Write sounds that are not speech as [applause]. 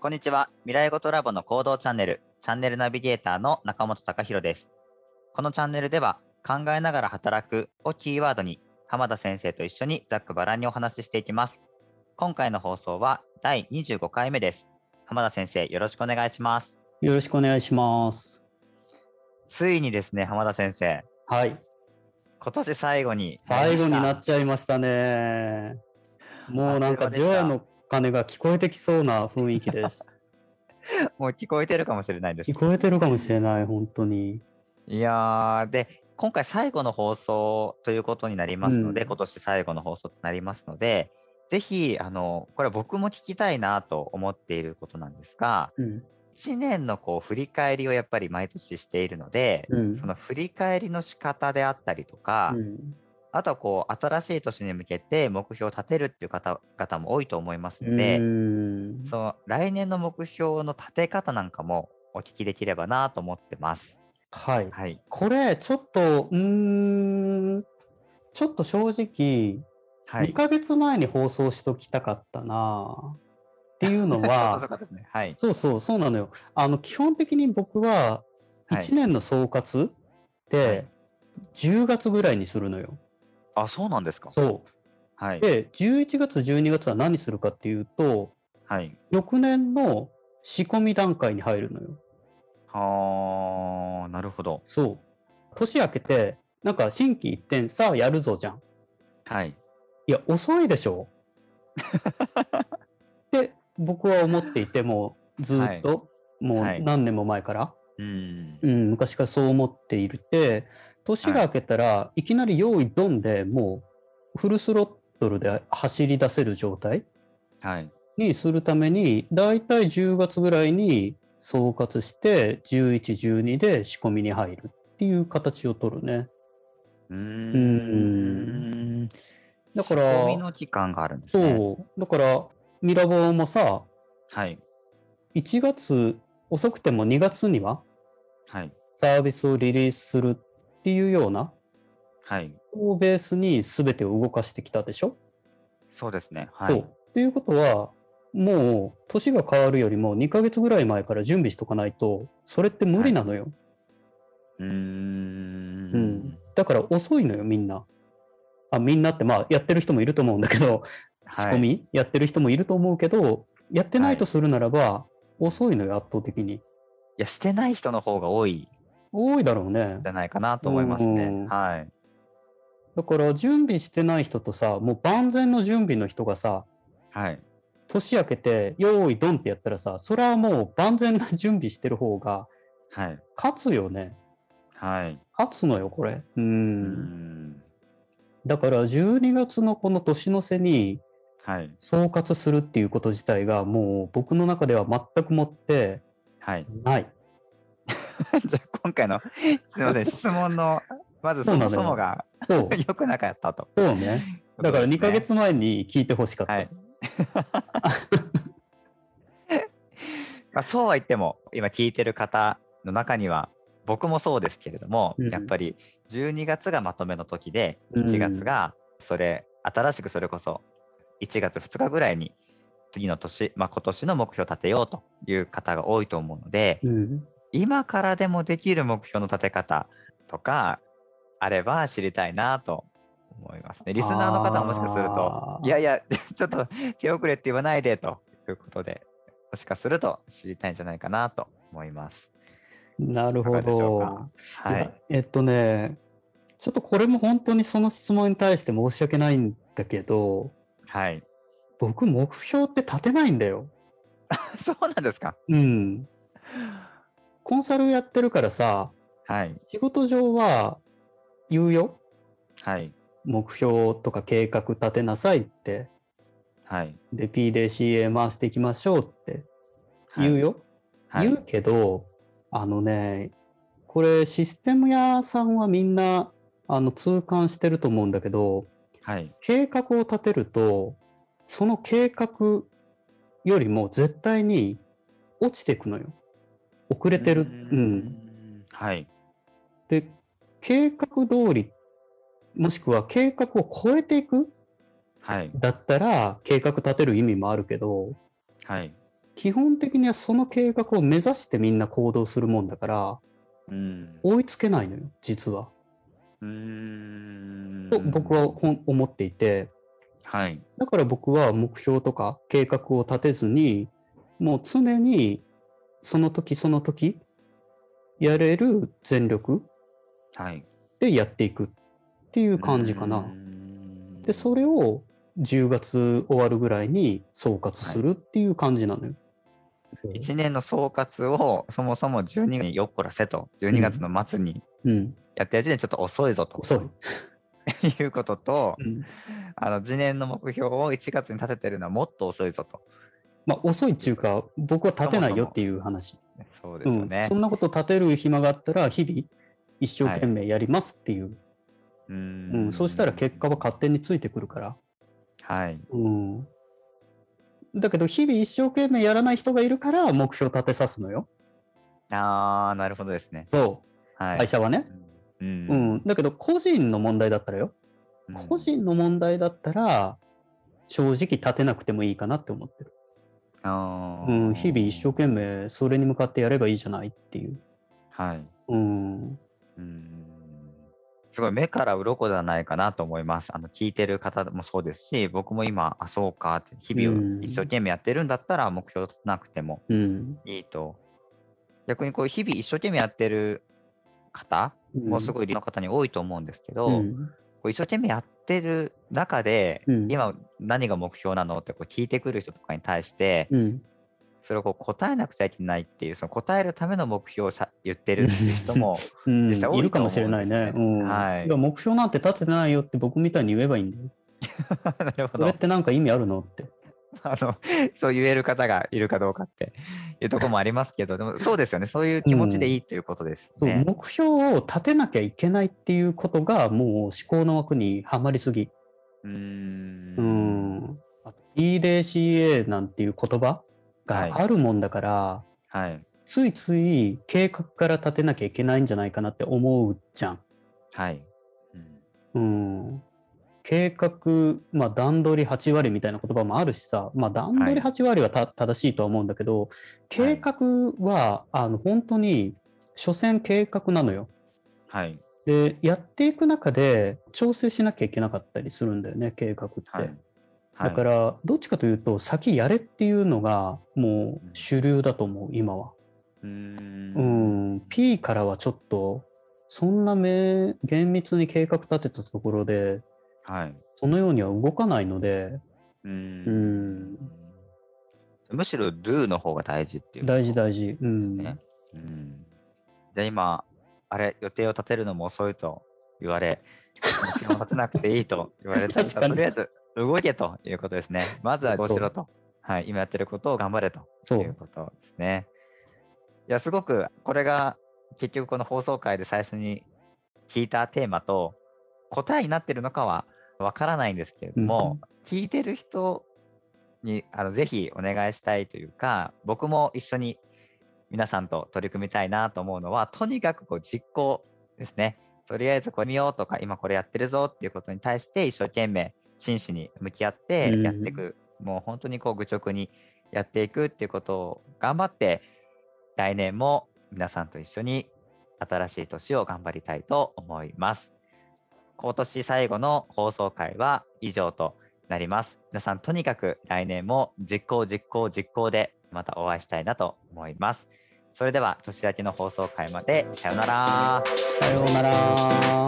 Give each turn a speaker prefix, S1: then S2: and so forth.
S1: こんにちは。未来ごとラボの行動チャンネル、チャンネルナビゲーターの中本隆弘です。このチャンネルでは、考えながら働くをキーワードに、浜田先生と一緒にざっくばらんにお話ししていきます。今回の放送は第25回目です。浜田先生、よろしくお願いします。
S2: よろしくお願いします。
S1: ついにですね、浜田先生、
S2: はい。
S1: 今年最後に。
S2: 最後になっちゃいましたね。もうなん
S1: あ
S2: か、
S1: っと
S2: ジ
S1: いう間でした
S2: ョアの鐘が聞こえてきそうな雰囲気 [laughs] です。
S1: もう聞こえてるかもしれないです
S2: 聞。こえてるかもしれない、本当に。
S1: いやー、で、今回最後の放送ということになりますので、
S2: うん
S1: 今年最後の放送となりますので、ぜひ、あの、これは僕も聞きたいなと思っていることなんですが、
S2: うん。
S1: 1年のこう振り返りをやっぱり毎年しているので、
S2: うん
S1: そ。の振り返りの仕方であったりとか、
S2: うん
S1: あとはこう新しい年に向けて目標を立てるっていう方々も多いと思います
S2: う
S1: ので、
S2: ん
S1: その来年の目標の立て方なんかもお聞きできればなと思ってます。
S2: はい。
S1: はい。
S2: これ、ちょっと、うーん、ちょっと正直、
S1: は
S2: 2
S1: い。
S2: ヶ月前に放送しときたかったな。っていうの
S1: そう
S2: [laughs]
S1: そう
S2: は、
S1: そうですねはい。
S2: そうそう、そうなのよ。あの、基本的に僕は、
S1: はい
S2: 1年の総括って、
S1: はい
S2: 10月ぐらいにするのよ。
S1: あ、そうなんですか。
S2: そ
S1: は
S2: う。
S1: い。
S2: で、11月、12月は何するかっていうと、
S1: はい。
S2: 翌年の仕込み段階に入るのよ。
S1: はあ、なるほど。
S2: そう。年明けて、なんか心機一転、さあやるぞじゃん。
S1: はい。
S2: いや、遅いで
S1: [laughs]
S2: しょ。って僕は思っていて、もうずっと、も
S1: はいう
S2: 何年も前から、
S1: うん
S2: う。ん、昔からそう思っているって、年が明けたら、い、きなり用意ドンでもうフルスロットルで走り出せる状態
S1: はい。
S2: にするために、だいたい10月ぐらいに総括して、11、12で仕込みに入るっていう形を取るね。
S1: うーん
S2: ん。だから
S1: 仕込みの期間があるんですね。
S2: そう。だから、ミラボーもさ、
S1: はい。
S2: 1月遅くても2月には
S1: はい。
S2: サービスをリリースするっていうような、
S1: はい。
S2: をベースに全てを動かしてきたでしょ
S1: そうですね。は
S2: そう。
S1: い。
S2: っていうことは、もう年が変わるよりも2ヶ月ぐらい前から準備しとかないと、それって無理なのよ。
S1: うーん
S2: うん。だから遅いのよ、みんな。あ、みんなって、まあ、やってる人もいると思うんだけど、
S1: はい
S2: 仕込み、やってる人もいると思うけど、やってないとするならば、遅いのよ、圧倒的に。
S1: いや、してない人の方が多いん
S2: 多いだろうね
S1: じ。ゃないかなと思います
S2: う
S1: ね。
S2: ん
S1: はい。
S2: だから、準備してない人とさ、もう万全の準備の人がさ、
S1: はい。
S2: 年明けて、用意ドンってやったらさ、それはもう万全な準備してる方が、
S1: はい。
S2: 勝つよね。
S1: はい。
S2: 勝つのよ、これ。う。
S1: うんん。
S2: だから、12月のこの年の瀬に
S1: はい。
S2: 総括するっていうこと自体が、もう僕の中では全くもって
S1: はい。 [laughs]
S2: ない。
S1: じゃあ、今回の、すみません、質問の、まず
S2: そ
S1: そう
S2: なの
S1: も
S2: よ
S1: そもが [laughs]
S2: そう。
S1: 良くなかったと。
S2: そうね。だから2ヶ月前に聞いてほしかった。
S1: はい。 [laughs] まあ、そうは言っても、今聞いてる方の中には、僕もそうですけれども、
S2: うん
S1: やっぱり12月がまとめの時で、
S2: うん
S1: 1月がそれ、新しくそれこそ1月2日ぐらいに、次の年、まあ、今年の目標を立てようという方が多いと思うので、
S2: うん。
S1: 今からでもできる目標の立て方とかあれば知りたいなと思いますね。リスナーの方はもしかすると、
S2: あー
S1: いやいや、 [laughs] ちょっと手遅れって言わないでということで、もしかすると知りたいんじゃないかなと思います。
S2: なるほ
S1: いかがでしょう
S2: ど
S1: か。はいい
S2: や。えっとね、ちょっとこれも本当にその質問に対して申し訳ないんだけど、
S1: はい。 [laughs]
S2: 僕、目標って立てないんだよ。
S1: そうなんですか。
S2: うん。コンサルやってるからさ、
S1: はい。
S2: 仕事上は言うよ。
S1: はい。
S2: 目標とか計画立てなさいって。
S1: はい。
S2: で、P で CA 回していきましょうって
S1: はい
S2: 言うよ。
S1: はい
S2: 言うけど、あのね、これシステム屋さんはみんなあの痛感してると思うんだけど、
S1: はい。
S2: 計画を立てると、その計画よりも絶対に落ちていくのよ。遅れてる。うん。
S1: はい。
S2: で、計画通り、もしくは計画を超えていく
S1: はい。
S2: だったら、計画立てる意味もあるけど、
S1: はい。
S2: 基本的にはその計画を目指してみんな行動するもんだから、
S1: うん。
S2: 追いつけないのよ、実は。
S1: うーん
S2: と僕はほん思っていて、
S1: はい。
S2: だから僕は目標とか計画を立てずに、もう常にその時その時、やれる全力
S1: はい。
S2: でやっていくっていう感じか
S1: うー
S2: な。
S1: ん
S2: で、それを10月終わるぐらいに総括するっていう感じなのよ。
S1: 1年の総括をそもそも12月によっこらせと、12月の末に
S2: うん、
S1: やってる時点でちょっと遅いぞと
S2: 遅い。
S1: [laughs] いうことと
S2: う、ん
S1: あの次年の目標を1月に立ててるのはもっと遅いぞと。
S2: まあ、遅いっていうか、僕は立てないよっていう話。
S1: そうです
S2: う
S1: よ
S2: ん、
S1: ね
S2: そ。んなこと立てる暇があったら、日々一生懸命やりますっていう。
S1: う
S2: うんん、そうしたら結果は勝手についてくるから。
S1: はい。
S2: うん、だけど、日々一生懸命やらない人がいるから、目標立てさすのよ。
S1: あー、なるほどですね。
S2: そう、
S1: はい。
S2: 会社はね。
S1: うん
S2: うん、だけど、個人の問題だったらよ。
S1: うん
S2: 個人の問題だったら、正直立てなくてもいいかなって思ってる。
S1: あ
S2: う
S1: ー
S2: ん、日々一生懸命それに向かってやればいいじゃないっていう。
S1: はい。
S2: うん、
S1: うんすごい目から鱗じゃないかなと思います。あの聞いてる方もそうですし、僕も今、あ、そうかって、日々を一生懸命やってるんだったら、目標立てなくても
S2: うん。
S1: いいと。逆にこう、日々一生懸命やってる方もす
S2: い。
S1: ごい、の方に多いと思うんですけど、
S2: うん、
S1: こう一生懸命やってる中で、
S2: うん
S1: 今何が目標なのってこう聞いてくる人とかに対して、
S2: うん、
S1: それをこう答えなくちゃいけないっていう、その答えるための目標をしゃ言ってるっていう人
S2: [laughs]
S1: も、
S2: うん、
S1: 実際多いと思
S2: いるかもしれないね。う
S1: うん
S2: ん
S1: はい
S2: や目標なんて立ててないよって僕みたいに言えばいいんだよ。
S1: なるほ
S2: そ
S1: ど
S2: れっ。てなんか意味あるのって。
S1: あの、そう言える方がいるかどうかっていうところもありますけど、でもそうですよね。そういう気持ちでいいということです
S2: そう
S1: ね。
S2: 目標を立てなきゃいけないっていうことがもう思考の枠にはまりすぎ。
S1: うーん
S2: う。ん。あと EDCA なんていう言葉
S1: はい
S2: があるもんだから、
S1: はい。
S2: ついつい計画から立てなきゃいけないんじゃないかなって思うじゃん。
S1: はい。うん
S2: うん。計画、まあ段取り8割みたいな言葉もあるしさ、まあ段取り
S1: は
S2: 8割はた正しいとは思うんだけど、計画は、あの本当に、所詮計画なのよ。
S1: はい。
S2: で、やっていく中で調整しなきゃいけなかったりするんだよね、計画って。
S1: はい。はい
S2: だから、どっちかというと、先やれっていうのが、もう主流だと思う、今は。
S1: うー。
S2: うんん、P からはちょっと、そんなめ厳密に計画立てたところで、
S1: はい。
S2: そのようには動かないので、
S1: う。
S2: うんん、
S1: むしろ do の方が大事っていう。
S2: 大事大事。うん。
S1: ねうん。じゃあ今、あれ、予定を立てるのも遅いと言われ、 [laughs] 目標を立てなくていいと言われた
S2: 確かに
S1: とりあえず動けということですね。まずはこうしろと。はい、今やってることを頑張れと
S2: そ
S1: いう
S2: う。
S1: ことですね。いや、すごくこれが結局この放送回で最初に聞いたテーマと答えになってるのかはわからないんですけれども、聞いてる人にあのぜひお願いしたいというか、僕も一緒に皆さんと取り組みたいなと思うのは、とにかくこう実行ですね。とりあえずこれ見ようとか、今これやってるぞっていうことに対して一生懸命真摯に向き合ってやっていく、もう本当にこう愚直にやっていくっていうことを頑張って、来年も皆さんと一緒に新しい年を頑張りたいと思います。今年最後の放送回は以上となります。皆さんとにかく来年も実行実行実行でまたお会いしたいなと思います。それでは年明けの放送回までさようなら。
S2: さようなら。